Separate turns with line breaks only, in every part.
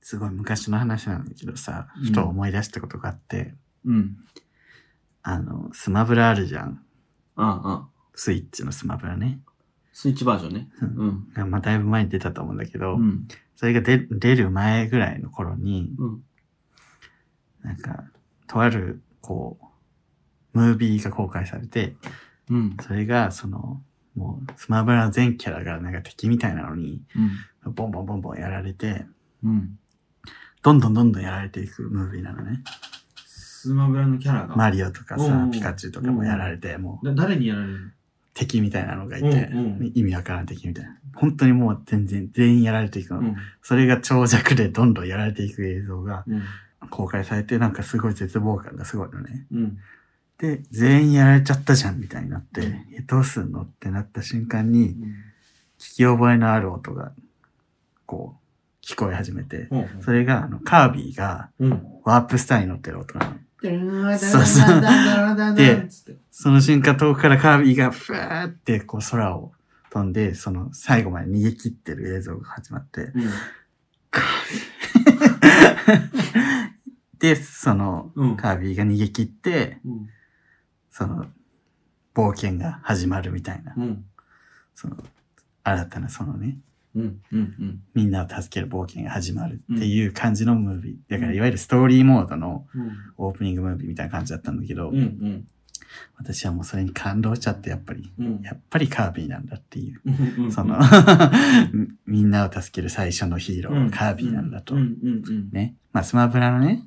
すごい昔の話なんだけどさ、
うん
ふと思い出したことがあって、
うん。
あの、スマブラあるじゃん。
ああ、ああ。
スイッチのスマブラね。
スイッチバージョンね。
う
うん。
まあ、だいぶ前に出たと思うんだけど、
うん。
それが出出る前ぐらいの頃に、
うん。
なんか、とある、こう、ムービーが公開されて、
うん。
それが、その、もう、スマブラの全キャラがなんか敵みたいなのに、
うん。
ボンボンボンボンやられて、
うん。
どんどんどんどんやられていくムービーなのね。
スマブラのキャラが。
マリオとか
おうお
さ
う、
ピカチュウとかもやられて、もう
だ誰にやられるの
敵みたいなのがい
おう
て
おう、
意味わからん敵みたいな。本当にもう全然、全員やられていくの。
ん。
それが長尺でどんどんやられていく映像が
うん。
公開されて、なんかすごい絶望感がすごいのね。
うん。
で、全員やられちゃったじゃんみたいになって、えどうすんのってなった瞬間に、聞き覚えのある音が、こう、聞こえ始めて、
うん。
それが、あの、カービィが
うん。
ワープスターに乗ってる音なの。
そうそう。で、
その瞬間、遠くからカービィがふわーってこう空を飛んで、その最後まで逃げ切ってる映像が始まって、カービィで、その
うん。
カービィが逃げ切って、
うん。
その冒険が始まるみたいな、
うん。
その新たなそのね、
うん。うん。
みんなを助ける冒険が始まるっていう感じのムービー。だからいわゆるストーリーモードの
うん。
オープニングムービーみたいな感じだったんだけど、
うん。
私はもうそれに感動しちゃって、やっぱり、
うん。
やっぱりカービィなんだっていう。
うん。
その、 みんなを助ける最初のヒーロー
うん、
がカービィなんだと。
うん。うん。うん。
ね。まあ、スマブラのね、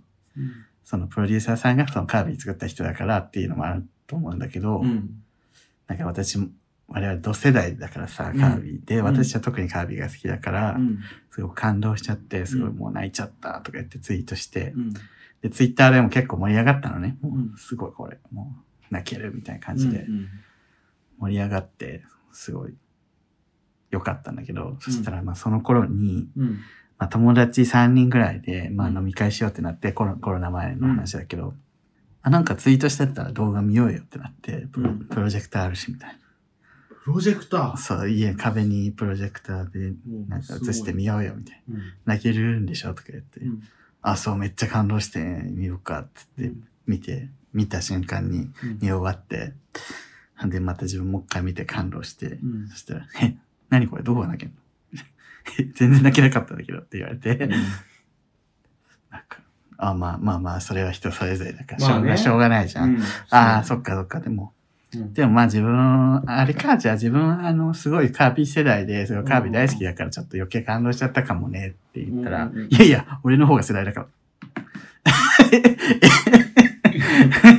そのプロデューサーさんがそのカービィ作った人だからっていうのもあると思うんだけど、
うん。
なんか私も、我々同世代だからさ、
うん
カービィで、
ん
私は特にカービィが好きだから、
うん。
すごく感動しちゃって、すごいもう泣いちゃったとか言ってツイートして、
うん。
で、ツイッターでも結構盛り上がったのね。も
うん
う、すごいこれ、もう、泣けるみたいな感じで。盛り上がって、すごい良かったんだけど、そしたらまあその頃に、
うん。
まあ友達3人ぐらいで、まあ
うん
飲み会しようってなって、コロコロナ前の話だけど、あ、なんかツイートしてたら動画見ようよってなって、プロ,、
うん
プロジェクターあるしみたい
プロジェクタ
な。
ー。
そう、家壁にプロジェクターでなんか映してみようよみたいな。
うん。
泣けるんでしょとか言って、あ、そう、めっちゃ感動してみようかって言って、見て、見た瞬間に見終わって、で、また自分もう一回見て感動して、そしたら、え、何これどこが泣けんの え全然泣けなかったんだけどって言われて、なんか、あ、まあまあまあ、それは人それぞれだから、
まあね
しょうがないしょうがないじゃん。ああ、そっかそっか、でも。でもまあ自分、あれか、じゃあ自分、あの、すごいカービィ世代で、すごいカービィ大好きだからちょっと余計感動しちゃったかもねって言ったら、
うんうんうん
いやいや、俺の方が世代だから。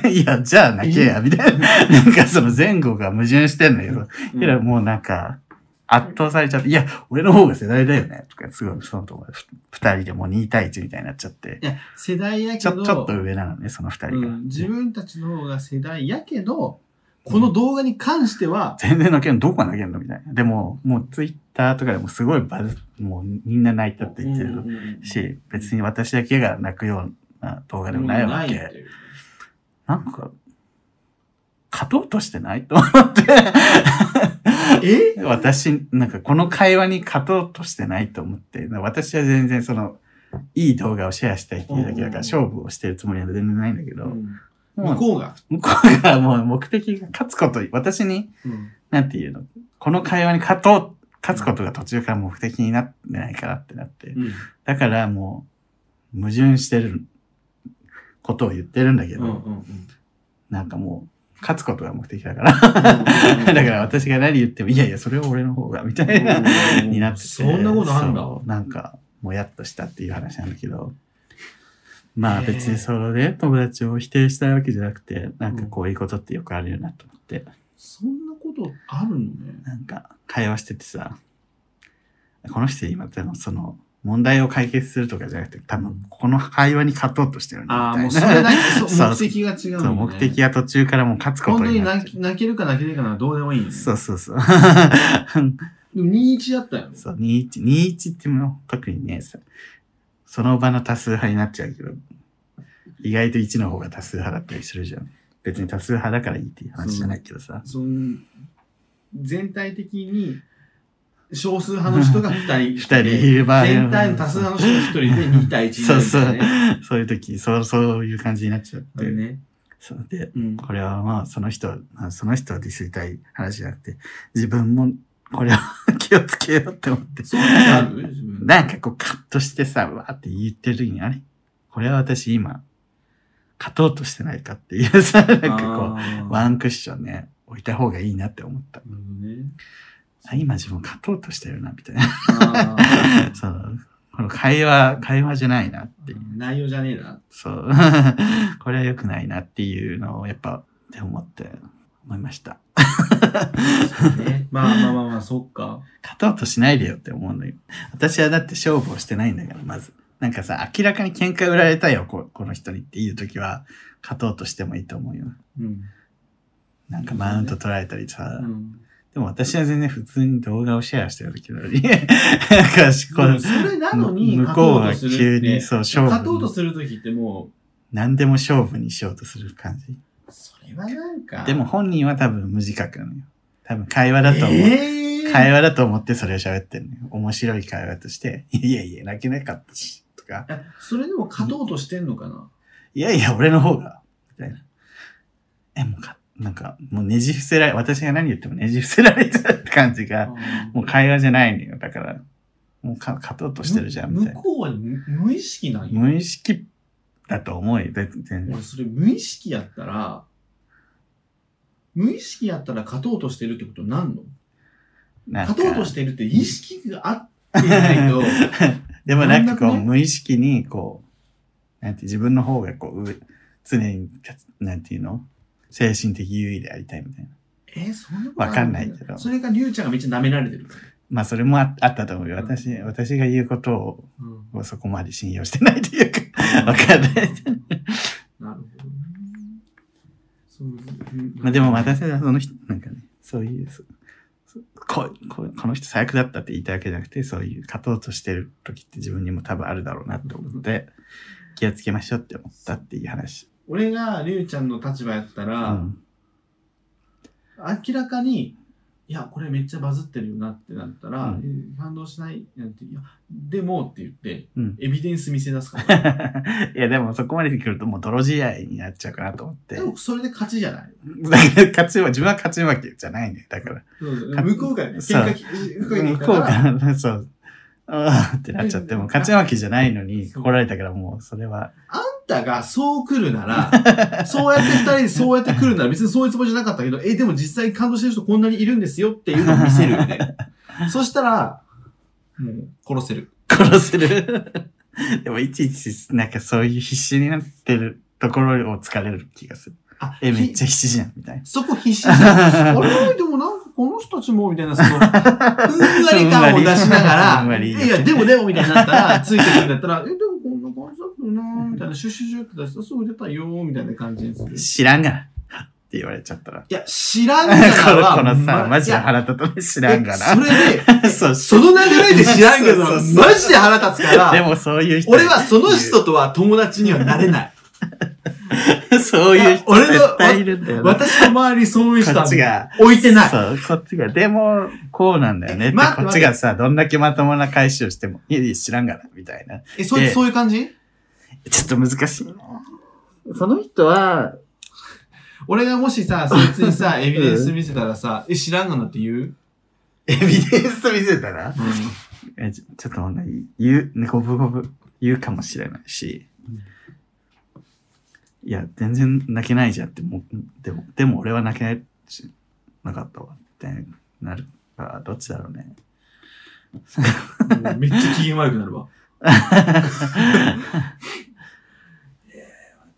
いや、じゃあ泣けや、みたいな。なんかその前後が矛盾してんだけど、けどもうなんか、圧倒されちゃって、いや、俺の方が世代だよね、とか、すごい、そのとこで、ふ二人でもう2対1みたいになっちゃって、
いや、世代やけ
ちょ、
ど、
ちょっと上なのね、その二人が。
うん自分たちの方が世代やけど、この動画に関しては、
全然泣けんの、どこが泣けんのみたいな。でも、もうツイッターとかでもすごいバズ、もうみんな泣いたって言ってるし、別に私だけが泣くような動画でもないわけ。
け。
なんか、勝とうとしてないと 思って。
え
私、なんかこの会話に勝とうとしてないと思って、私は全然その、いい動画をシェアしたいっていうだけだから、
うん
勝負をしてるつもりは全然ないんだけど、も
向
う
こうが。
向こうがもう目的が勝つこと、私に、なんていうの、この会話に勝とう、勝つことが途中から目的になってないからってなって、
うん
だからもう、矛盾してることを言ってるんだけ
う
ど、
んうんうん
なんかもう、勝つことが目 的だから。だから私が何言っても、いやいや、それは俺の方が、みたいな、になってて。
そんなことあんだ。
そうなんか、もやっとしたっていう話なんだけど。まあ別にそれで友達を否定したいわけじゃなくて、なんかこういうことってよくあるよなと思って、
そんなことあるのね。
なんか会話しててさ、この人今多分その問題を解決するとかじゃなくて、多分この会話に勝とうとしてるんだ
ああ、
み
もう
た
そ
いな
れだけ、そ
そう
目的が違うのね。
そう目的は途中からもう勝つこ
本
と
当
に
に
なっ
泣
ちゃ
き泣けるか泣けないかなどうでもいい、ね。
う。そうそう そう。
でも21だったよね。
そう、21、21ってもう特にね、さその場の多数派になっちゃうけど、意外と1の方が多数派だったりするじゃん。別に多数派だからいいっていう話じゃないけどさ。
その全体的に少数派の人が2人。
二人いれば
全体の多数派の人が1人で2対1にな
そ
る
うそ
みた
う
いなね。。
そういう時、そう、 そういう感じになっちゃっ
あ
て。
れね。
そうで、
うん。
これはまあ、その人、まあその人をディスりたい話じゃなくて、自分もこれは 気をつけようって思って。
そうなんだ。自分
なんかこうカットしてさ、わーって言ってる時に、あれこれは私今、勝とうとしてないかっていうさ、なんかこう、
あー
ワンクッションね、置いた方がいいなって思った。
なるほどね。
あ今自分勝とうとしてるな、みたいな。
あ ー
そう。この会話、会話じゃないなっていう。
内容じゃねえな。
そう。 これは良くないなっていうのを、やっぱ、って思って、思いました。
ねまあまあまあまあ、そっか。
勝とうとしないでよって思うんだけど。私はだって勝負をしてないんだから、まず。なんかさ、明らかに喧嘩売られたよ、ここの人にっていう時は、勝とうとしてもいいと思うよ。
うん。
なんかマウント取られたりさ。
うん
でも私は全然普通に動画をシェアしてる時 なのに。なんかし、こ
でも
の
それなのに、
向
勝
こ
と
う
うと
は
する
急
って
にそう勝負
勝とうとするときっても
何でも勝負にしようとする感じ。
う、それはなんか。
でも、本人は多分無自覚なのよ。多分会話だと思う。
えー
会話だと思ってそれを喋ってるのよ。面白い会話として、いやいや、泣けなかったし、とか、
えそれでも勝とうとしてんのかない
やいや、俺の方が、みたいな。え、もうか、なんか、もうねじ伏せられ、私が何言ってもねじ伏せられちゃうって感じが、もう会話じゃないのよ。だから、もうか勝とうとしてるじゃん、みたいな
向。こうは無無意識なんよ。
無意識だと思うよ、全然。
俺、それ無意識やったら、無意識やったら勝とうとしてるってことなんの
なんか
勝とうとしてるって意識があってな いと、
でもなんかこ
な
う、
んだかね
無意識に、こう、なんて自分の方がこう、う常に、なんていうの精神的優位でありたいみたいな。
えー、そんなことある
わかんないけど
それがりゅうちゃんがめっちゃ舐められてるから。
まあ、それもああったと思うよ。
うん
私、私が言うことを
うん
こうそこまで信用してないと いうか、 わかんない。
なるほどね。そううん
まあ、でも私はその人、なんかね、そういう、そそこここの人最悪だったって言いたいわけじゃなくて、そういう、勝とうとしてる時って自分にも多分あるだろうなって思って、気をつけましょうって思ったっていう話。
俺がりゅうちゃんの立場やった
う
ら、
ん。
明らかに、いや、これめっちゃバズってるよなってなったら、
うん
えー感動しないなんて、いや、でもって言って、
うん。
エビデンス見せ出 すから。
いや、でもそこまで来るともう泥仕合になっちゃうかなと思って。
で
だか
も、それで勝ちじゃない
ら勝ちは、自分は勝ち負けじゃないね。だから。
そうそう
勝
向こうが、喧
そう
嘩き、向こうが
向
喧嘩
こう
から
から、そう。ああってなっちゃって、もう勝ち負けじゃないのに
そう
来られたからもうそれは。
あんたがそう来るなら、 そうやって二人でそうやって来るなら別にそういうつもりじゃなかったけど、え、でも実際に感動してる人こんなにいるんですよっていうのを見せるよね。そし たら、もう殺せる。
殺せる。 でもいちいち、なんかそういう必死になってるところを疲れる気がする。
あ、
え、めっち
ゃ。
ゃ必死じゃん、みたい
そこ必死 じゃん。あれでもなんかこの人たちも、みたいな、その、ふんわり感を出しなが
ふんわ
ら、
り
いやいや、でもでも、みたいになったら、ついてくるんだったら、え、でもこんな感じだったよなみたいな、シュシュシュって出したらすぐ出たよみたいな感じに する
な。。知らんがな。って言われちゃった ら。
いや、知らん
こ
がなは
のこのさ、
ま
マジで
いや
腹立たない知らんが
えそれで、
な。 そう、
その流れで知らんけ ど、
そうそ
マ
う
ジ
そう
で腹立つか
で
ら、
もそういう人。
俺はその人とは友達にはなれない。
そういう人
俺の
絶対いるんだよね。
私の周りにそういう人
こ
は
っちが。
置いてない。
そう、こっちが。でも、こうなんだよねって。
え待って
こっちがさ、どんだけまともな返しをしても、いやいや、知らんがな、みたいな。
え、そう
で
そういう感じ
ちょっと難しいな。その人は、
俺がもしさ、そいつにさ、エビデンス見せたらさ、え、知らんがなって言ううん。
エビデンス見せたらえちょちょっと待って言う、ね、ごぶごぶ言うかもしれないし、いや、全然泣けないじゃんって、もうでも、でも俺は泣けないしなかったわってなるから、どっちだろうね。
もうめっちゃ機嫌悪くなるわ。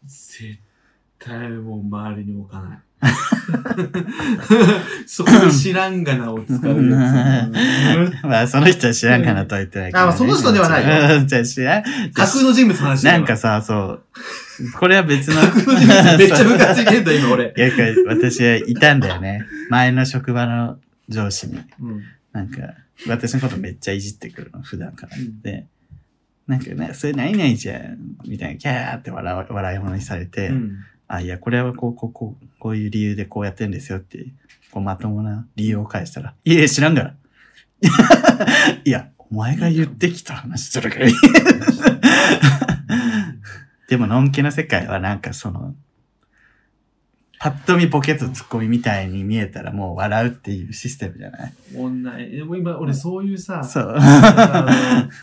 絶対もう周りに置かない。そこで知らんがなを使うやつ。
まあ、その人は知らんかなとは言ってないけど、
あまあその人ではない
よ。じゃあ知らん。
架空の人物の話だ
な
よ
んかさ、そう。これは別の。
架空の人物 めっちゃムカついてんだ、今俺。
いやなんか私はいたんだよね。前の職場の上司に。
うん。
なんか、私のことめっちゃいじってくるの、普段から
うん。
で、なんかね、それ何々じゃん、みたいな、キャーって笑わ笑い物にされて、あ、いや、これはこう、こう、こう、こういう理由でこうやってんですよって、こうまともな理由を返したら、いえ、知らんから。 いや、お前が言ってきた話するからい い。でも、のんきの世界はなんかその、パッと見ポケットツッコミみたいに見えたらもう笑うっていうシステムじゃない
オンライン、でも今俺そういうさ、
そう。
あ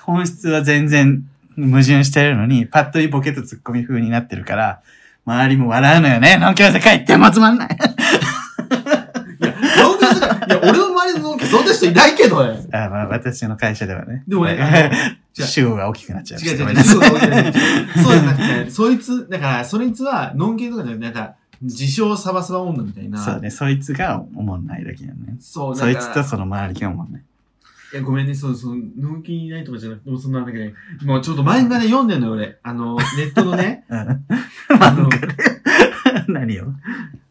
本質は全然矛盾してるのに、パッと見ポケットツッコミ風になってるから、周りも笑うのよね。のんきの世界ってもつまんない。
のいや、農家さんいや、俺の周りの農家、そんな人いないけどね。
あまあ、私の会社ではね。
でもね あのじゃあ
主語が大きくなっちゃいま
違
し
う
た。ご
違
め
うん 違
なさい
う。そうそうそうじゃなくて、そいつ、だから、そいつは、ノン系とかじゃなくて、なんか、自称サバサバ女みたいな。
そうね、そいつがおもんないだけだね。
そう、
そ
だ
い
か
つ
ら
とその周りがおもんない。
いや、ごめんね、そう、そう、納金いないとかじゃなくて、もうそんなんだけど、もうちょっと漫画で読んでんのよ、俺。あの、ネットの ね、
うん。
あの、
何を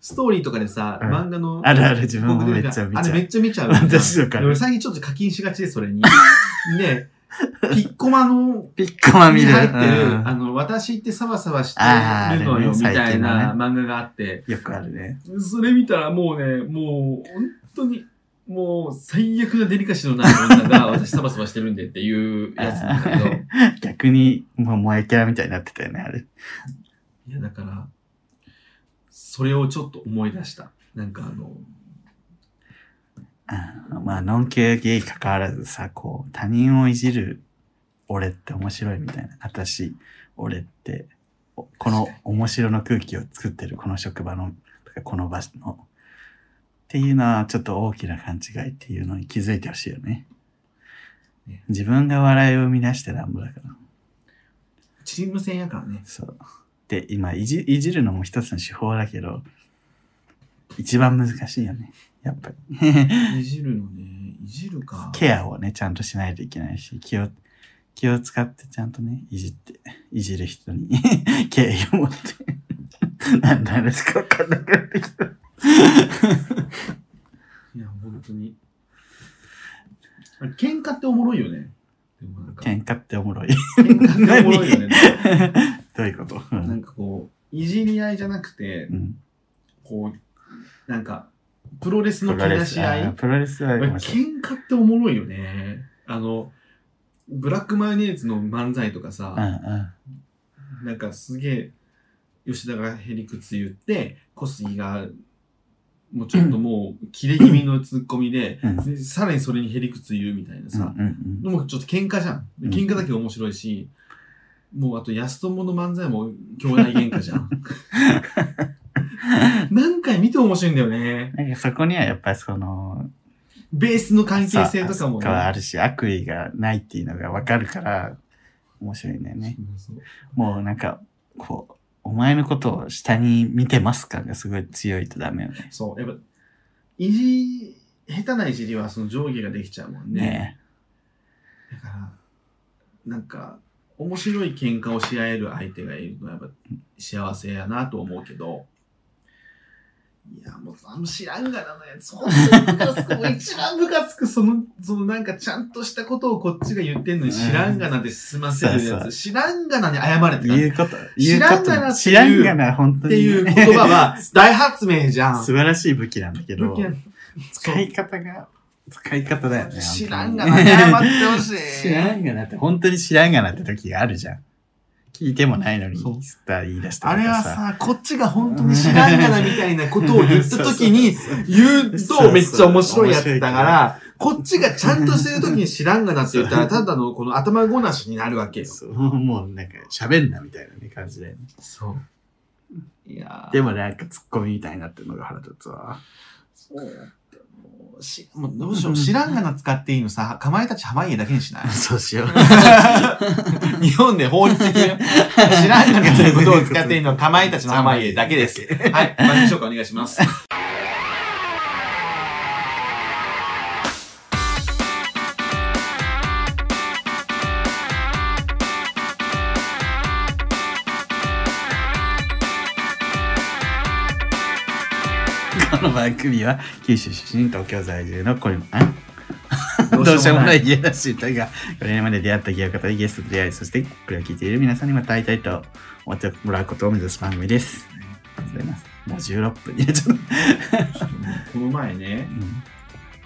ストーリーとかでさ、
うん
漫画の、
あるある自分も
広告
め
出
っ
る
ち
じ
ゃ
ん
見ちゃう
あれめっちゃ見ちゃう。
私とか
で俺最近ちょっと課金しがちで、それに。 で、ピッコマの、
ピッコマ見
に
る。
入ってる、
うん
あの、私ってサバサバして
あーあれ
る
ね
のよ、みた
最
い
近のね
な漫画があって、
よくあるね。
それ見たらもうね、もう、本当に、もう、最悪なデリカシーのない女 が、私サバサバしてるんでっていうやつなんだけど、
逆に、もう萌えキャラみたいになってたよね、あれ。
いや、だから、それをちょっと思い出した。なんかあの、
うんまあ、ノン系ゲイ関わらずさ、こう、他人をいじる俺って面白いみたいな。私、俺って、おこの
確か
面白の空気を作ってる、この職場の、とかこの場所の、っていうのはちょっと大きな勘違いっていうのに気づいてほしいよね
ね。
自分が笑いを生み出してなんぼだから。
チーム戦やからね。
そう。で、今いじ、いじるのも一つの手法だけど、一番難しいよね。やっぱり。
いじるのね。いじるか。
ケアをね、ちゃんとしないといけないし、気を、気を使ってちゃんとね、いじって、いじる人に 敬意を持って。 何の話か分かんなくなってきた。
いや、本当に。喧嘩っておもろいよね。でもなんか、
喧
喧
嘩っておもろい。
嘩っておもろいよね。
どういうことう。
なんんかこう、いじり合いじゃなくて
う、ん
こう、なんか、プロレス
プ
の
ロ
け
レ
な
ス、
し
あ
合
ー
い。
プロレスは面白い。
喧嘩っておもろいよね。あの、ブラックマヨネーズの漫才とかさ、
うんうん。
なんかすげえ吉田がへりくつ言って小杉がもうちょっとも う切れ気味のツッコミで,、
うん
でさらにそれにへりくつ言うみたいな
うんう
さ、
ん
でもちょっと喧嘩じゃん
うん
喧嘩だけど面白いし、もうあと安友の漫才も兄弟喧嘩じ ゃん何回見ても面白いんだよね
うん。なんかそこにはやっぱりその、
ベースの関係性とかも
さはあ
ね
るし、悪意がないっていうのが分かるから、面白いんだよね。
そう
もうなんか、こう、お前のことを下に見てます感がすごい強いとダメよね。
そうやっぱいじ下手ないじりはその上下ができちゃうもんね
ね
だから、なんか、面白い喧嘩をし合える相手がいるのはやっぱ幸せやなと思うけど、いや、もう、あの知らんがなのやつ、本当にムカつく、もう一番ムカつく、その、そのなんかちゃんとしたことをこっちが言ってんのに知らんがなで済ませ
そ
る
う
や
そう
つ、知らんがなに謝れっ
え。言
て感じっ
うこと、言
知
う
ら
こ
んがな
と、
って
知
いう
らんがな、本当に
て
ね。
いう言葉は大発明じゃん。
素晴らしい武器なんだけど、
そう
使い方が、使い方だよね。
知らんが
本
な
当
に
に
謝ってほしい。
知らんがなって、本当に知らんがなって時があるじゃん。聞いてもないのに
そう、
スター言い出した
あ
り
れ
とか
は
さ。
さ、こっちが本当に知らんがなみたいなことを言った時 に言う
そうそう
とめっちゃ面白いやつだから、こっちがちゃんとしてる時に知らんがなって言ったら、ただのこの頭ごなしになるわけよ。
そうもうなんか喋んなみたいなね感じで。
そう。いやー
でもなんかツッコミみたいになってるのが腹立つ わ。
そうだってもうしもうどうしよう、知らんがな使っていいのさ、かまいたち濱家だけにし ない
そうしよう。
日本で法律的に知らんがなということを使っていいのはかまいたちの濱家だけ です。はい、番組紹介お願いします。
この番組は九州出身東京在住のコリマンど
ど
う
う
し
し
よ
よ
うもな
うもない
い家らしい歌がこれまで出会った芸方にゲストと出会いそしてこれを聞いている皆さんにまた会いたいと思ってもらうことを目指す番組ですありがとうございますもう16分になっちゃった、
この前ね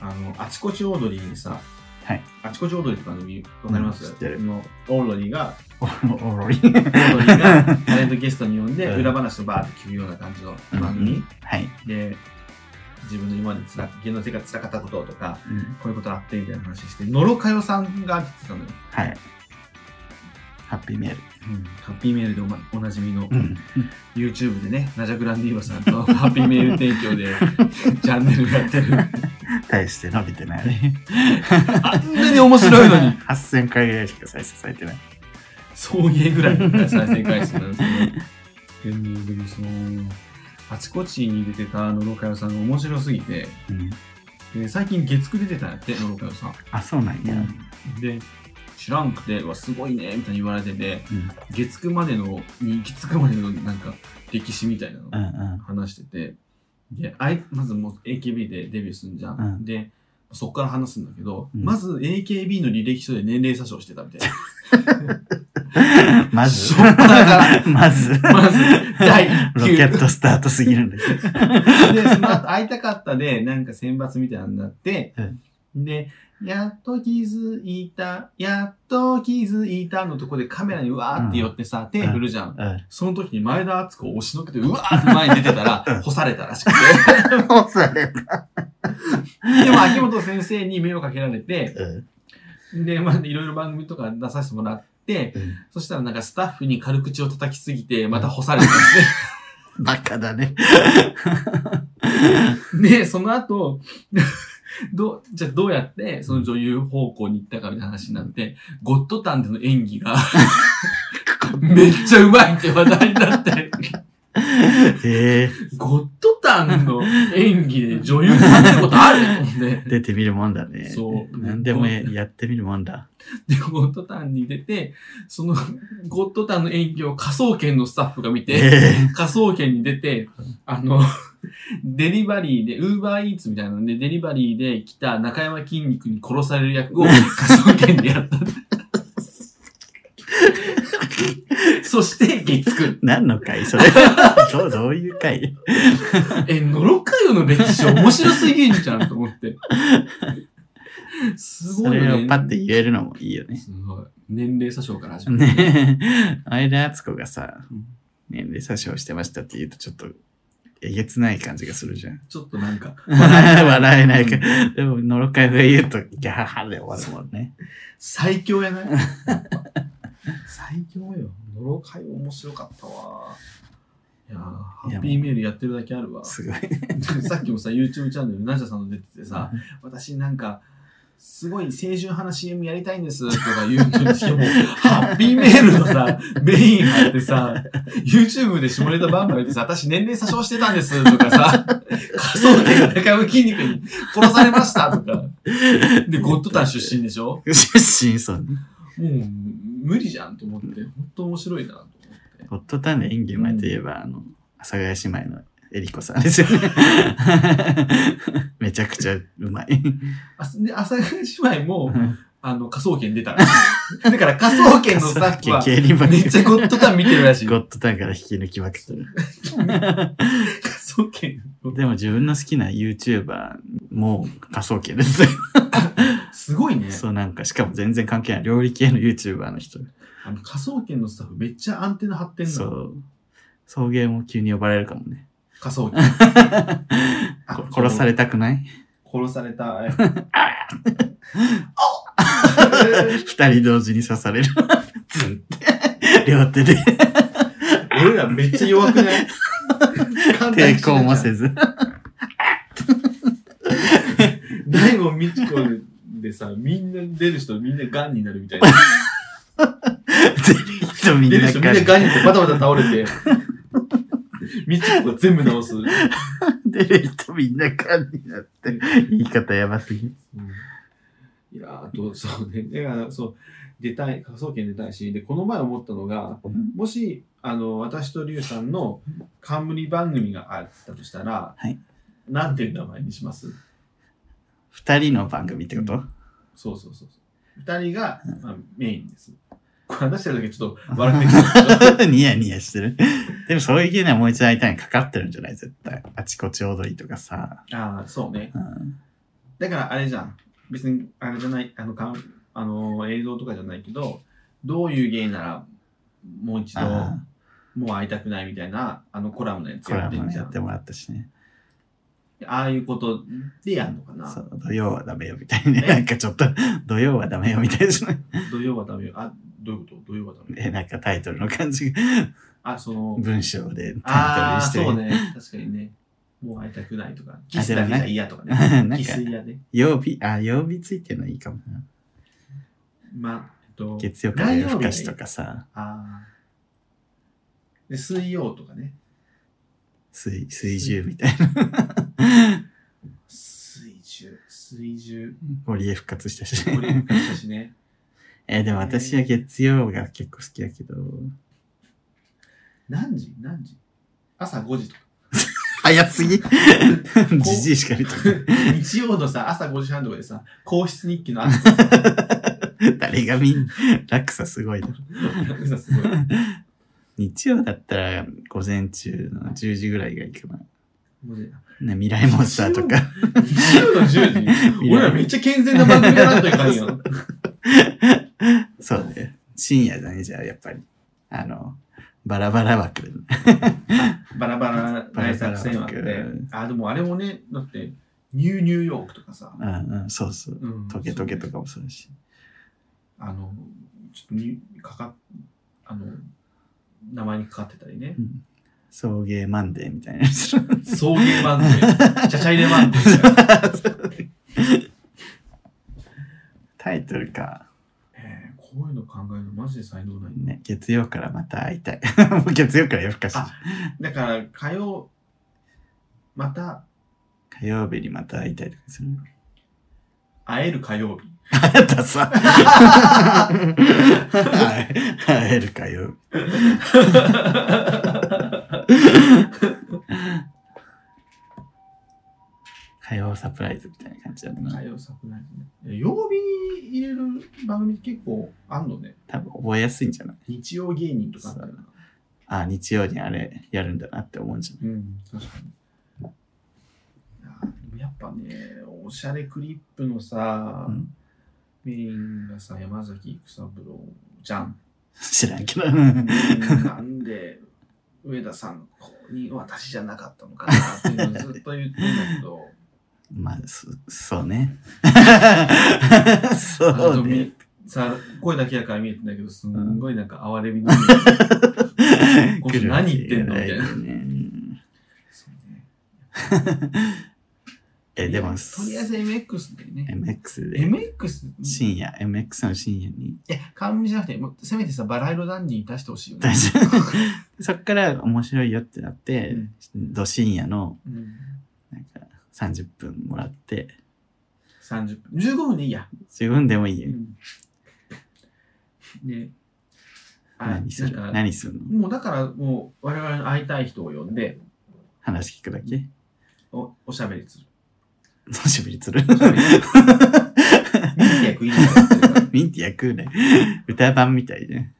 う、ん
あの、あちこちオードリーにさ、
はい。
あちこちオードリーって番組、わかります、
うん知ってる
あのオードリ ーが、
おおろり。
オードリーがタレントゲストに呼んで、
うん
裏話をバーって聞くような感じの番組。
はい。
で、自分の今までつら、芸能生活つらかったこととか、
うん。
こういうことあってみたいな話して、野呂佳代さんが出てたのよ。
はい。ハッピーメール。
ハッピーメールでお,、ま、おなじみの、
うん。
YouTube でね、ナジャ・グランディーバさんとハッピーメール提供で チャンネルやっ てる。
大して伸びてない。
あんなに面白いのに、
8000回ぐらいしか再生されてない。
送迎ぐらいの再生回数なんですけど。でも、でもその、あちこちに出てた野呂佳代さんが面白すぎて、
うん。
で最近月9出てたんやって、野呂佳代さん。
あ、そうなんや。
で、知らんくて、うわ、すごいね、みたいに言われてて、
うん。
月9までの、に行き着くまでのなんか歴史みたいなの
うんうん。
話してて、で、あいまずもう AKB でデビューするんじゃん。
うん
で、そっから話すんだけど、
うん
まず AKB の履歴書で年齢詐称してたみたいな。
まず
しょっぱなから、
まず、
まず、第
ロ
1級
ケ。ットスタートすぎるんだけど。
で、その後会いたかったで、なんか選抜みたいなのになって、で、やっと気づいた、やっと気づいたのとこでカメラにうわーって寄ってさ、手振るじゃん。
うん。
その時に前田敦子を押しのけて、うわーって前に出てたら
うん、
干されたらしくて。
もうそれ。
でも、秋元先生に目をかけられて、
うん。
で、まあ、いろいろ番組とか出させてもらって、
うん
そしたらなんかスタッフに軽口を叩きすぎて、また干されたんですね。
バカだね。
で、その後、 どう、じゃあどうやって、その女優方向に行ったかみたいな話になって、ゴッドタンでの演技 が、めっちゃうまいって話題になって、
ええ
ゴッドタンの演技で女優になってることあると思って。
出てみるもんだね。
そう
何でもやってみるもんだ。
で、ゴッドタンに出て、その、ゴッドタンの演技を科捜研のスタッフが見
え
て、
え
科捜研に出て、あの、 デリバリーで、ウーバーイーツみたいなので、デリバリーで来た中山筋肉に殺され る役を科捜研でやった。 そして、月9。
何の回 それ。どう、どういう回
え、ノロカヨの歴史面白すぎんじゃんと 思って。す
そ
ごい
れ
よね
を。パッて言えるのもいいよね。
すごい。年齢詐称から始まる。
ねえ、前田敦子がさ
うん、
年齢詐称してましたって言うとちょっと、えげつない感じがするじゃん。
ちょっとなんか、
笑えないか。でも、のろかいが言うと、ギャハハで終わるもんね。
最強や ない最強よ。ノロ会面白かったわ。いやーハッピーメールやってるだけあるわ。さ
すごい。
っき もさ、YouTube チャンネル、ナジャさんの出ててさ、私なんか、すごい青春派な CM やりたいんですとか言うと、しかも、ハッピーメールのさ、メインあってさ、YouTube で下ネタバンバン言ってさ、私年齢詐称してたんですとかさ、仮想で中山筋肉に殺されましたとか。 で、ゴッドタン出身でしょ
出身そうね。
もう無理じゃんと思って、本当面白いなと思って。
ホットタンで演技うまいといえば、あの、阿佐ヶ谷姉妹のエリコさんですよね。 めちゃくちゃうまい。
あで、阿佐ヶ谷姉妹も、あの、科 捜研出たらしい。だから科捜研のスタッフは、
競輪ばっか
め
り
っちゃゴッドタン見てる らしい。
ゴッ
科
ドタンから引き抜きまくってる。
捜研。
でも自分の好きな YouTuber も仮想系ですよ。
すごいね。
そうなんか、しかも全然関係ない。料理系の YouTuber の人。
あの科捜研のスタッフめっちゃアンテナ張ってん
そ
の。
う。送迎も急に呼ばれるかもね。
科捜研。 あ
こ殺されたくない
殺さ れた。
二人同時に刺される。ズンって。両手で
俺らめっちゃ弱くない
抵抗もせず。
大門みちこでさ、みんな出る人みんなガンになるみたいな。
全人みん
出る
な
人みんな
が
ガニってバタバタ倒れて、みちこが全部直す。
出る人みんながんになって。言い方やばすぎ。
いやーあと、そうね。だから、そう、出たい、科捜研出たいし、で、この前思ったのが、もし、あの、私と龍さんの冠番組があったとしたら、
はい
なんていう名前にします
二人の番組ってこと
そうそうそうそう。二人が、まあ、メインです。これ話してるだけちょっと笑って きた。
ニヤニヤしてる。でもそういう系にはもう一度会いたいにかかってるんじゃない絶対。あちこち踊りとかさ。
ああ、そうね。
うん
だからあれじゃん。別に、あれじゃない、あの、かんあの映像とかじゃないけど、どういう芸なら、もう一度、
ああ
もう会いたくないみたいな、あのコラムのやつ
コ
や
ラ
って
ム
ん
も
じゃ
やっ
ん。
てもらったしね。
ああいうことでやんのかな。
そう、土曜はダメよみたいにね。
ね
なんかちょっと、土曜はダメよみたい ですね。
土曜はダメよ。あ、どういうこと土曜はダメよ。
で、なんかタイトルの感じが、
あ、その、
文章でタ
あ
イ
あ、
トル
そう
にして
ね。確かにね。もう会いたくないとか。キスだけじゃ嫌とかね。
る。なん
キ
か
ス、嫌ね。
曜日、あ、曜日ついてるのいいかもな。
まあ、えっと、
月曜から夜更かしと
何曜日がいい。
かさ、
ああ。で、水曜とかね。
水、水中みたいな。
水中、水中。
堀江復活した し。
これ、昔 ね。
えーでも私は月曜が結構好きだけど、
何時何時朝5時とか。
早す ぎじじいしか見た
日曜のさ、朝5時半とかでさ、皇室日記の朝とかさ
誰が見ん、落差すごいな。
なんかさすごい
日曜だったら午前中の10時ぐらいがいいかな。
もうね
ね、未来モンスターとか。
日曜の10時
いや
俺らめっちゃ健全な番組だなという感じよ。
そうね。深夜だね、じゃあやっぱり。あの、バラバラ枠。
バラバラ大作戦はあって
バラバラ枠。
あ、でもあれもね、だって、ニューニューヨークとかさ
う。んうん、そうそう。
うん
トゲトゲとかもそうだし。
あの、ちょっとに、かか、あの、名前にかかってたり ね
う。ん送迎マンデーみたいなやつ。
送迎番組、ちゃちゃ入れ番組。
タイトルか。
えーこういうの考えるのマジで才能ないね。
ね、月曜からまた会いたい。 もう月曜から夜更かし。
あだから、火曜、また、
火曜日にまた会いたいとかする。
会える火 曜日。
あなた さ。はい会える火曜日。火曜サプライズみたいな感じだ
火
な。
曜サプライズね。曜日入れる番組って結構あんのね。
多分覚えやすいんじゃない
日曜芸人とかあったよな。
あ、日曜にあれやるんだなって思うんじゃない
うん、確かに。いやーでもやっぱね、おしゃれクリップのさ、
うん
メインがさ、山崎育三郎じゃん。
知らんけど。
なんで上田さんの子に私じゃなかったのかなっていうのをずっと言ってんだけど、
まあ、そそうね。
あの
そうね。
みさ声だけやから見えてんだけど、すんごいなんか哀れみの。この人何言ってんのみた
来
いな
るわけがねうん
そうね
え、でも、
とりあえず MX でね。
MX で。
MX?
深夜、MX の深夜に。
いや、冠じゃなくて、もうせめてさ、バラ色ダンディに出してほしいよね
大。丈夫 そっから面白いよってなって、ど深夜の
うん
なんか30分もらって、
30分。15分でいいや。
自分でもいいよ。
ね。あ
何する
なんか
何するの
もうだからもう我々の会いたい人を呼んで
話聞くだけ
おおしゃべりする。
おしゃべりする
おしゃべりするミンティア食いながらやってるから。
ミンティア食うね。歌版みたいね。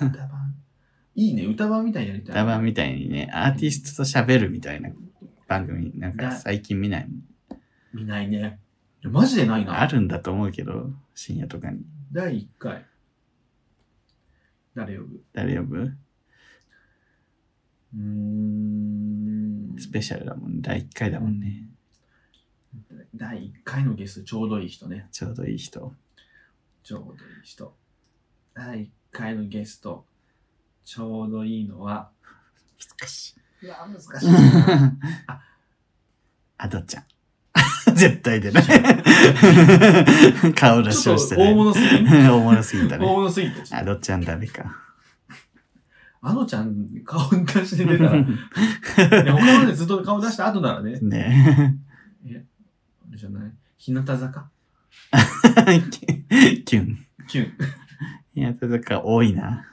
うん歌番。いいね、歌番みたいにやりたい。
歌版みたいにね、アーティストと喋るみたいな番組、なんか最近見ないもん。
見ないね。いやマジでないな。
あるんだと思うけど、深夜とかに。
第1回。誰呼ぶ
誰呼ぶ
うーん。
スペシャルだもん。第1回だもんね。
第1回のゲスト、ちょうどいい人ね。
ちょうどいい人。
ちょうどいい人。第1回のゲスト、ちょうどいいのは、
難しい。
うわ、難しい な。あ
あどちゃん。 絶対出ない。顔出し
ちょ
を
っ
して
と
ない。
大物すぎる。
大物すぎた
大
ね。
物すぎて。
あどちゃんダメか。
あのちゃん、顔出して出たら、ね、他までずっと顔出した後ならね、
ね
あれじゃない日向坂
え。キュン。
キュン。
日向坂多いな。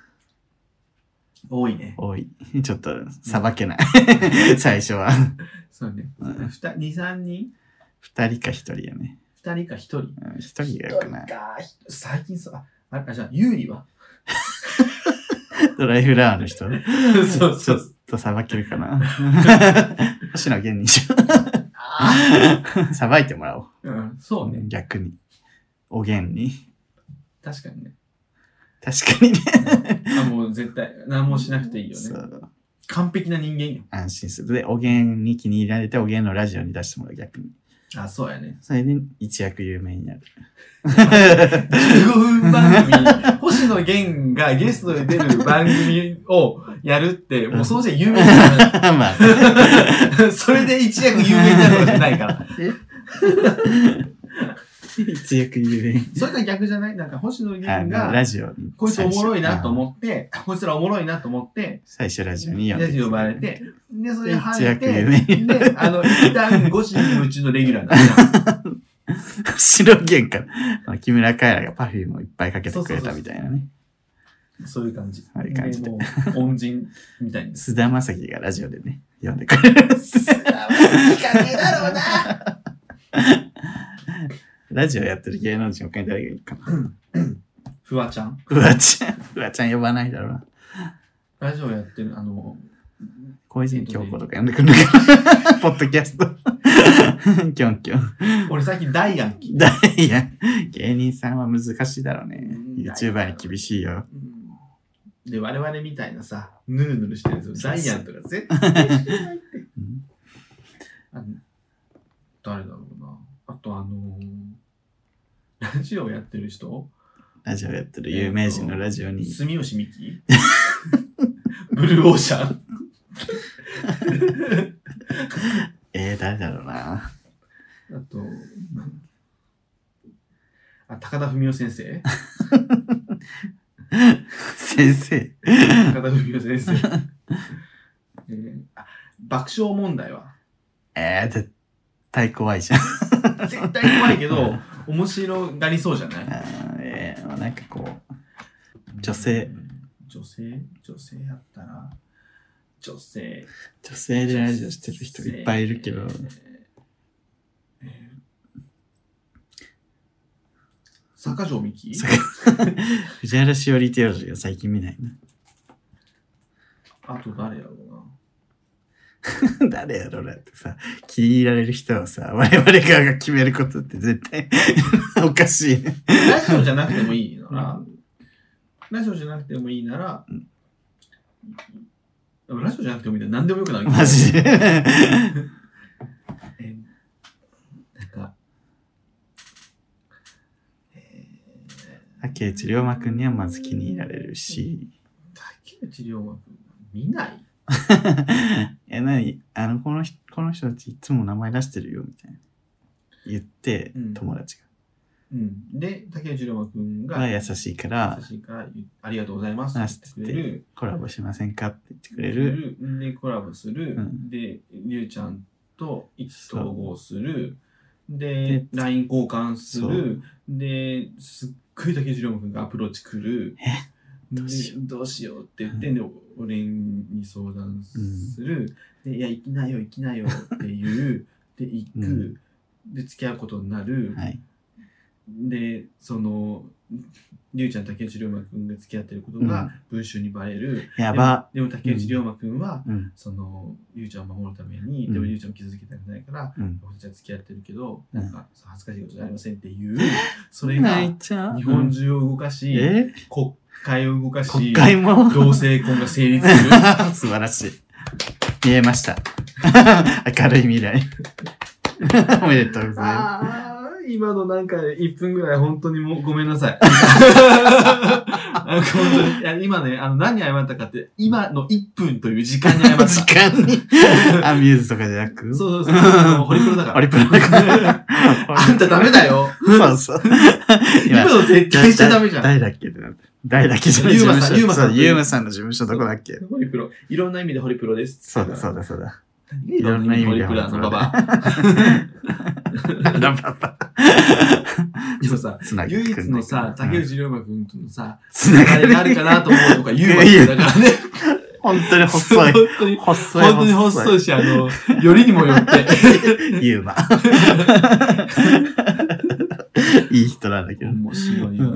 多いね。
多い。ちょっと、さばけない。最初は。
そうね。
うん
二人二三人
二人か一人やね。
二人か一人。
うん一人がよくない
一。人かひ最近そう、あ、あれか、じゃあ、有利 は
ドライフラワーの人。
そう
ち
そ
ょっ
う。
とさばけるかな。 星野源にしよ
あ
う。さばいてもらおう。
ーうん。そうね。
逆に。おげんに。
確かにね。
確かにね。
あ、もう絶対、何もしなくていいよ
そ
ね。
う
完璧な人間よ。
安心する。で、おげんに気に入られて、おげんのラジオに出してもらう、逆に。
あ、そうやね。
それで、一躍有名になる。
15分番組、星野源がゲストで出る番組を やるって、もうその時点で有名じゃない。
まあ、
それで一躍有名になるわけじゃないから。
一躍有名。
それが逆じゃないなんか星野
あ
源
の、
が、
ラジオに。
こいつおもろいなと
って。
思って、こいつらおもろいなと思って、
最初ラジオに呼んで
ラジオ呼ばれて、で、それで入っ
一躍有名
て、で、あの、一旦5時のうちのレギュラーにな ったじゃん。
白玄関。あの木村カエラがパフュームをいっぱいかけてくれたみたいなね。
そういう感じ。
そういう感じで
でもう恩人みたい に。
菅田将暉がラジオでね、呼んでくれる。
いかねえだろうな。
ラジオやってる芸能人他に誰がいるかな。
フワちゃん。
フワちゃん。フワちゃん呼ばないだろうな。
ラジオやってる、あの、
小泉京子とか呼んでくるのかな。ポッドキャスト。 キョンキョン。
俺最近ダイアン聞い
だいや、芸人さんは難しいだろうね。YouTuber に厳しいよ。
うんで、我々みたいなさ、ぬるぬるしてるやつ、ダイアンとか絶対知らないって
うん
あの誰だろうな。あとあのーラジオやってる人
ラジオやってる有名人のラジオに。
住吉美紀 ブルーオーシャン
えー、誰だろうな。
あと、あ、高田文夫 先生
先生。
高田文夫先生。えーあ爆笑問題は
えー、絶対怖いじゃん。
絶対怖いけど、面白がりそうじゃない
あーえー、なんかこう、女性
女性女性やったら女性
女性でラジオしてる人いっぱいいるけど
女、性えー坂上美希
坂藤原しおりテオルが最近見ない
あと誰やろうな
な。 誰やろうなってさ、気に入られる人をさ、我々側が決めることって絶対 おかしいね。
ラジオじゃなくてもいいなら、ラジオじゃなくてもいいなら、でもラジオじゃなくてもいいなら何でもよくなるけど
マジで。
えーなんか、えー
竹内涼真くんにはまず気に入られる し、
竹内涼真君見ない
え、なにあの、この人、この人たちいつも名前出してるよ、みたいな。言って、
うん
友達
うん。で、竹内涼真君
が。が
が
優しいから
優、しいから、ゆありがとうございます
あ
って言ってくれる。
コラボしませんかって言ってくれる。
で、コラボする。
うん
で、りゅうちゃんと意気
そう
投合する。
で
で、LINE 交換す
そ
る。で、すっごい竹内涼真君がアプローチ来る。で
どうしよ
どうしようって言って、で俺に相談する、でいや行きなよ行きなよっていう で行く、
うん
で付き合うことになる、
はい。
でそのりゅうちゃん竹内涼真君が付き合ってることが文春にバレる、
やば。
でもでも竹内涼真君は、
うん。
そのりゅうちゃんを守るために、
うん
でもりゅうちゃんを傷つけたくないから
うん。
僕たちは付き合ってるけど、
うん
なんかそう恥ずかしいことじゃありませんっていうそれが
泣いちゃう。
日本中を動か
う
し、
んえ
国会を動かし
国会も
同性婚が成立する。
素晴らしい。見えました。 明るい未来。 おめでとうございま
ああ、今のなんか1分ぐらい本当にもうごめんな さい。なんか本当にいや今ね、あの何に謝ったかって、今の1分という時間に謝っ
す。
た。
時間
そう
に。アミューズとかじゃなく
そうそう、あのホリプロだか
オ
ら。
リプロだから。
あんたダメだよ。
そうそう。
今の絶対しちゃダメじゃん。
誰だっけってなって。誰だっけじゃない
ユーマさん
事務所
ユーマさん
そうユーマさんの事務所どこだっけ
ホリプロ。いろんな意味でホリプロです。
そうだそうだそうだ。
いろんな意味でホリプロなのババア。
ラババ。
でもさ、
つなげ
唯
て
一
くん
の
ないかな
さ、竹内涼真君とのさ、
つな
あ
が
れ
り
があるかなと思うとか言うわけだからね。
本当に細い。
本当に
細い。
本当に細いし、あの、 よりにもよって。
ユーマ。いい人なんだけど。
面白いよ。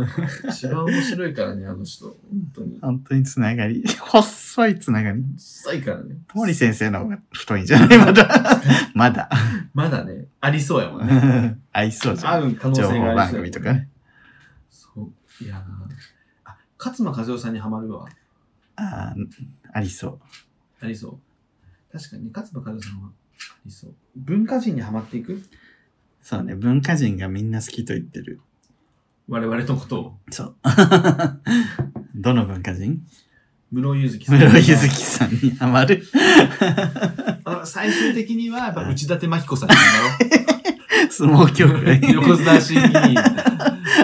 一番面白いからね、あの人。本当に。
本当につながり。細いつながり。
臭いからね。
ともり先生の方が太いんじゃないまだ。 まだ。
まだね、ありそうやもんね。
合いそうじゃん。
合う可能性
情報
があ
番
りそうやもん
組
ね
とかね。
そう。いやーあ、勝間和代さんにはまるわ。
あーありそう。
ありそう。確かに、勝間和代さんはありそう。文化人にはまっていく
そうね。文化人がみんな好きと言ってる。
我々のことを。
そう。 どの文化人
室 井ゆずきさん。
室井ゆずきさんにハマる。
あ最終的には、やっぱ内館真紀子さんになる
相撲協会。
だろ。横綱審議員。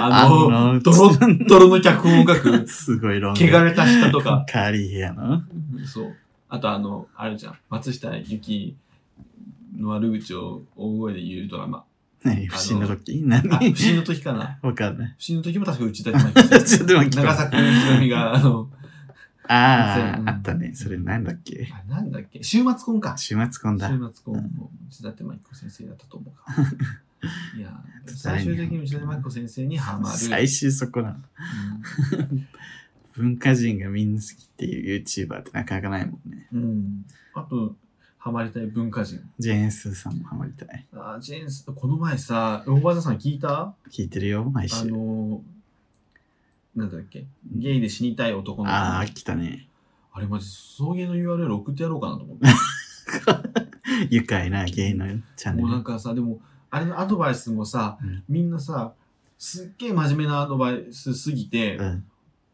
あの、ドロッドロの脚本を書く、
すごいロング。
汚れた下とか。
カーリーヘアの。
そう。あとあの、あるじゃん。松下由紀の悪口を大声で言うドラマ。
何不審の時
あ、
何
不審の時かな。
わかんない。
不審の時も確か内田真紀子さん。
ちょっと待って
長崎ひろみが、あの、
あ
うん
あ、あったね。それなんだっけ
あなんだっけ、週末婚か。週
週末婚だ
末。婚も内館真紀子先生だったと思う から。いやー、最終的に内館真紀子先生にハマる。
最終そこなの。文化人がみんな好きっていう YouTuber ってなかなかないもんね。
うん。うんあと、ハマりたい文化人。
ジェーンスーさんもハマりたい。
あージェーンス、この前さ、大技さん聞いた
聞いてるよ、毎
あ
週。
のー、なんだっけ、ゲイで死にたい男の子。
あ
あ
あ、来たね。
れマジ、送迎の URL 送ってやろうかなと思って。
愉快な芸のチャンネ
もうなん
ル。
かさ、でも、あれのアドバイスもさ、
うん
みんなさ、すっげえ真面目なアドバイスすぎて、
うん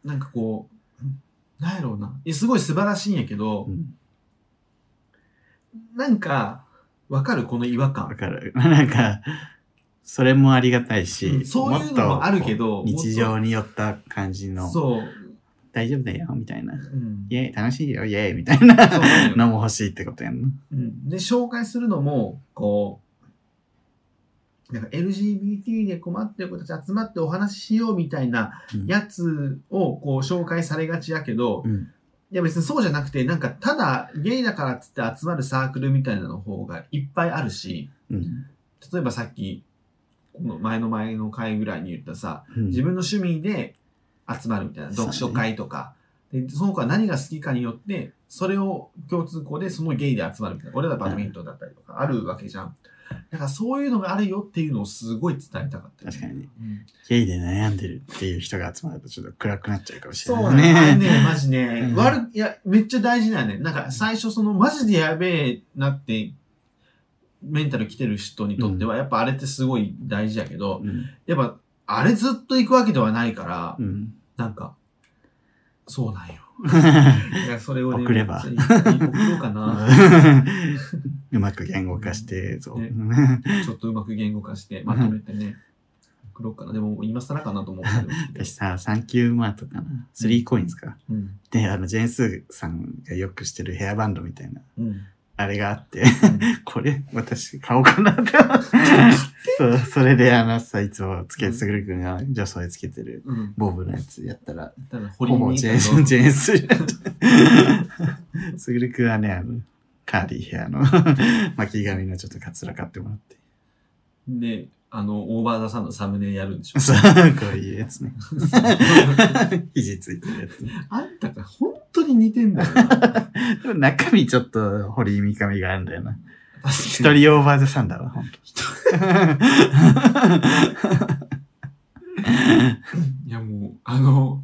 なんかこう、なんやろうな。いやすごい素晴らしいんやけど、
うん。
なんか、わかるこの違和
わ
感。
かる。 なんか、それもありがたい
うん
し、
そういうのもあるけ
も
ど
っとこう日常によった感じの、
そう。
大丈夫だよ、みたいな。
うん
イェイ、楽しいよ、イェイ、みたいな
そうなんよ
のも欲しいってことやんの。
うんで、紹介するのも、こう、なんか LGBT で困ってる子たち集まってお話ししようみたいな
うん
やつをこう紹介されがちやけど、
うん
いや別にそうじゃなくて、なんかただゲイだからっつって集まるサークルみたいなの方がいっぱいあるし、
うん
例えばさっき、この前の前の回ぐらいに言ったさ、
うん
自分の趣味で集まるみたいな、
そうね
読書会とか。で、その子は何が好きかによって、それを共通項でそのゲイで集まるみたいな。俺らバドミントンだったりとかあるわけじゃん。だからそういうのがあるよっていうのをすごい伝えたかった、
確かに。
うん
ゲイで悩んでるっていう人が集まるとちょっと暗くなっちゃうかもしれ
そう
ない
ね。あれ
ね。
ね、マジね。
うん
悪い、いや、めっちゃ大事だよね。なんか最初その、マジでやべえなって、メンタル来てる人にとっては、やっぱあれってすごい大事やけど、
うん
やっぱ、あれずっと行くわけではないから、
うん
なんか、そうなんよ。いや、それをね、
送れば
めっちゃいい送ろうかな。
うまく言語化して、そう。
ねちょっとうまく言語化して、まとめてね、送ろうかな。でも、今更かなと思って る
私。さ、サンキューマートかな。スリーコインズか。
うん。
で、あの、ジェーンスーさんがよくしてるヘアバンドみたいな、
うん。
あれがあって、 これ、私、買おうかなって。 そう、それで、あのさ、いつもつけ、すぐるくんが女装でつけてる
うん。
ボブのやつやったら、
ただ、
ほ
掘り
ぼ
に
ジェーンスー、 ジェーンスー。すぐるくんはね、あの、カーリーヘアの 巻き髪のちょっとカツラ買ってもらって。
で、あの、オーバーザさんのサムネやるんでしょ。
そう、こういうやつね。 肘ついてるやつね。
あんたが本当に似てんだよな。
でも中身ちょっと堀井三上があるんだよな。
一
一人オーバーザサンダーは、ほんと。
いやもう、あの、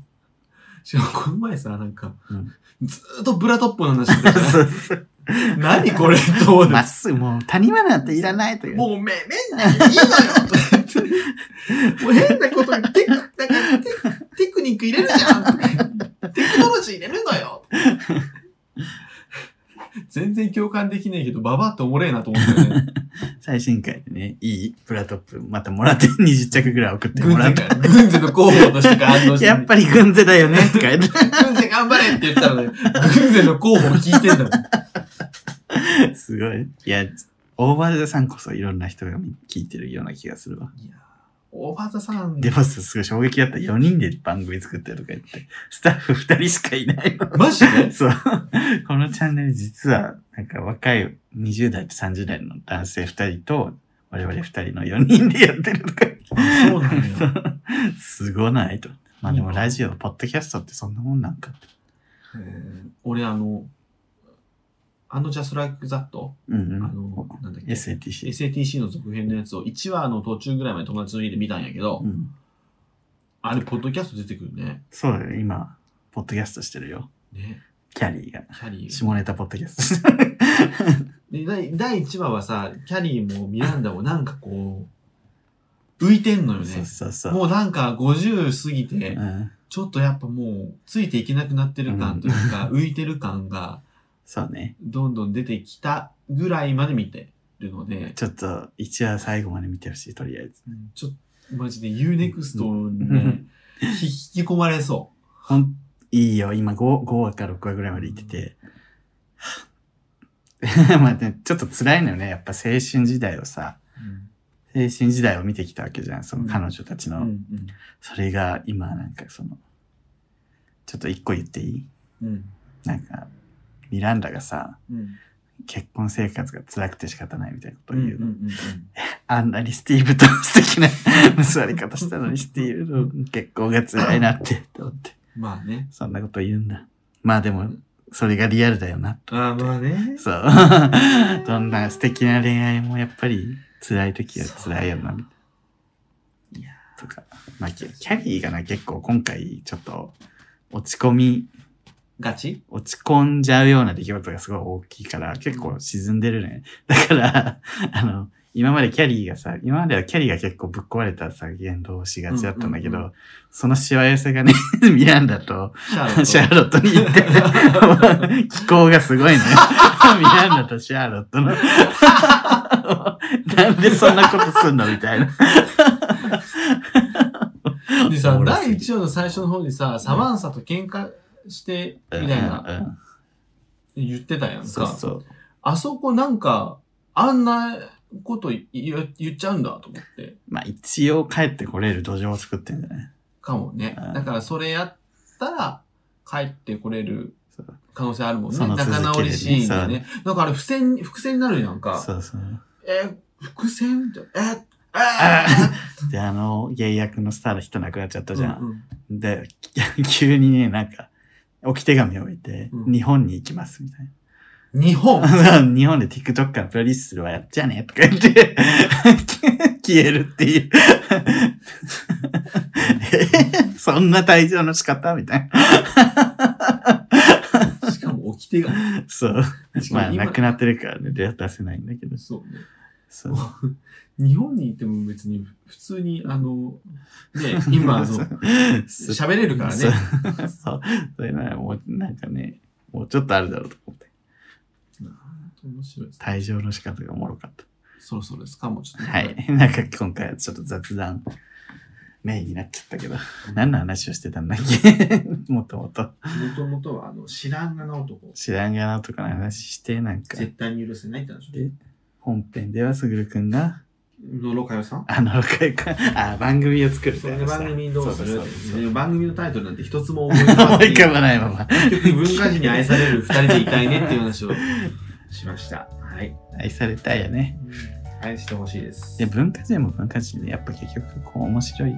しかもこの前さ、なんか、
うん
ずーっとブラトップの話してたじ
そ
ゃ
うそう。
ん。何これと思って
まっすぐ、もう、谷間なんていらないという。
もうめ、めんないいのよとか言ってもう変なことにテク、なんかテクテクニック入れるじゃんとか言ってテクノロジー入れるのよ全然共感できないけど、ババアっておもれえなと思ったよね。
最新回でね、いいプラトップ、またもらって、20着ぐらい送って
軍
もら
勢
った。
が、軍勢の候補として感動して。
やっぱり軍勢だよね、とか言っ
軍勢頑張れって言ったらね、軍勢の候補を聞いてんだもん。
て。すごい。いや、オーバーザさんこそいろんな人が聞いてるような気がするわ。
いやーオーバーザさん、
でもさ、すごい衝撃だった。4人で番組作ってるとか言って、スタッフ2人しかいないの。
マジで
そう。このチャンネル実は、なんか若い20代と30代の男性2人と、我々二人の4人でやってるとか。
あそうなんや。
すごないと。まあでもラジオ、ポッドキャストってそんなもんなんか。
えー俺あの、あのジャスライクザット、
うんう
あ
ん。
の、なんだっけ、
SATC。
SATC の続編のやつを1話の途中ぐらいまで友達の家で見たんやけど、
うん。
あれ、ポッドキャスト出てくるね。
そうだよ、今、ポッドキャストしてるよ。
ね。
キャリーが。
キャリー。
下ネタポッドキャスト。
で第、第1話はさ、キャリーもミランダもなんかこう、浮いてんのよ
そう
ね。
そうそう。
もうなんか50過ぎて
う、ん。
ちょっとやっぱもう、ついていけなくなってる感とい うか、浮いてる感が、
そうね。
どんどん出てきたぐらいまで見てるので、
ちょっと、一話最後まで見てほしい、とりあえず。
うんちょっと、マジで UNEXT に
う
ね
ん、
ひ引き込まれそ
ほん、いいよ。今 5, 5話か6話ぐらいまで行ってて。まあね、ちょっ と辛いのよね。やっぱ青春時代をさ、
う。うん
青春時代を見てきたわけじゃん。その彼女たちの。
うん
それが今なんかその、ちょっと一個言っていい
うんうん
なんか、ミランダがさ、
うん
結婚生活が辛くて仕方ないみたいなことを言うの。
んんん
あんなにスティーブと素敵な 結ばれ方したのにスティーブの結婚が辛いなって、と思って。
まあね。
そんなこと言うんだ。まあでも、それがリアルだよな。
ああまあね。
そう。どんな素敵な恋愛もやっぱり辛い時は辛いよな、みたい
いや
な。とか。まあ、キャキャリーがな、結構今回ちょっと落ち込み、
ガチ
落ち込んじゃうような出来事がすごい大きいから、結構沈んでるね。だから、 あの、今までキャリーがさ、今まではキャリーが結構ぶっ壊れたさ、言動をしがちだったんだけど、
うんうん
そのしわ寄せがね、 ミランダと
シャーロット。
シャーロットに行って、 気候がすごいね。ミランダとシャーロットの。 なんでそんなことすんのみたいな。
でさ
お、もろす
第
ぎ
1話の最初の方にさ、サマンサと喧嘩して、みたいな、
うん
言ってたや
うんんそう
か。
そう。
あそこなんか、あんなこと言言言っちゃうんだと思って。
まあ一応帰ってこれる土壌を作ってんじゃない
かもね
うん。
だからそれやったら、帰ってこれる
そう
可能性あるもんね。
その続きで
仲
ね
直りシーンでね。なんかあれ、付箋、伏線になるやんか。
そうそう。
え、伏線って、え、え
で、あの、契約のスターの人亡くなっちゃったじゃ。
うんん
で、 急にね、なんか、置き手紙を置いて、
うん
日本に行きます、みたい
うん日本
な。 日本で TikTok からプロデュースするわ、やっちゃねとか言って、 消えるっていう。 えそんな退場の仕方みたいな。
しかも起き手が。
そう。
しか
まあ、
も今
亡くなってるからね、出せないんだけど。
そうね。
そう。
日本にいても別に普通に、あの、ね、今、あ
そ
の
う、
喋れるからね。
そう。そう。それならもう、なんかね、もうちょっとあるだろうと思って。
なんと面白いです。
退場の仕方がおもろかった。
そろそろですかもうちょっと。
はい。なんか今回はちょっと雑談メインになっちゃったけど、何の話をしてたんだっけ もともと。
もともとは、あの、知らんがな男。
知らんがなとかの話して、なんか、
絶対に許せないって話。
で本編ではすぐるくんが、
のろかよさん
あの、かあ、番組を作るって
それ
話
で
だ
番組どうする
そ
っ
うそう
て
そう
で番組のタイトルなんて一つも思い
思い
浮
浮か
かば
ば
な
ない
い。
まま。
結局文化人に愛される二人でいたいねっていう話をし ました。はい。
愛されたいよね。
愛してほしいです。
で、文化人も文化人で、やっぱ結局、こう、面白い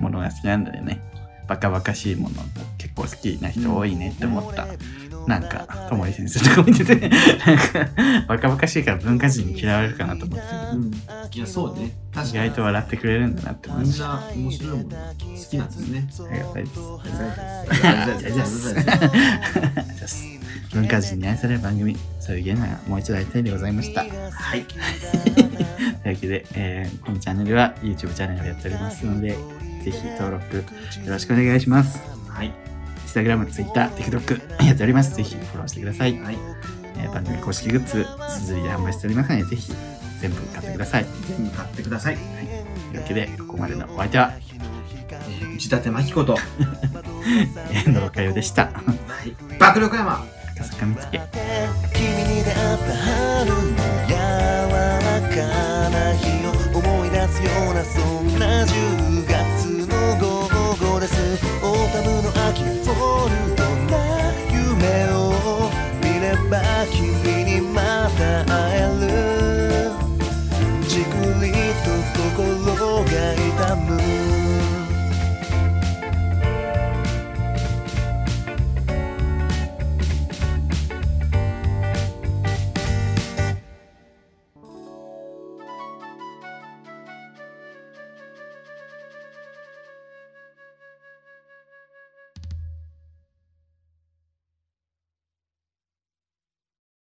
ものが好きなんだよね。バカバカしいものが結構好きな人多いねって思った。なんか、ともり先生とか見てて、なんか、バカバカしいから文化人に嫌われるかなと思ってた
うん。いや、そうね。
けど、
確
意
かに
外。と笑ってくれるんだなって思いま
みん
した。
な面白いもの好きなんですね。
ありがたいです。
ありがたい
あ
で
り
す
がとうございます
ありがとうございます
です 文化人に愛される番組、そういう芸能がもう一度会いたいでございま した。という
はい。
わけで、えーこのチャンネルは YouTube チャンネルをやっておりますので、ぜひ登録よろしくお願いします。
はい。
Instagram、Twitter、TikTok やっております。ぜひフォローしてください。
はい。
えー番組公式グッズ、すずりで販売しておりますので、ぜひ全部買ってください。
ぜひ買ってください。
というわけで、ここまでのお相手は、
えー内立真紀子と、
遠藤佳代でした。
爆力山
赤坂見つけ。
君に出会った春の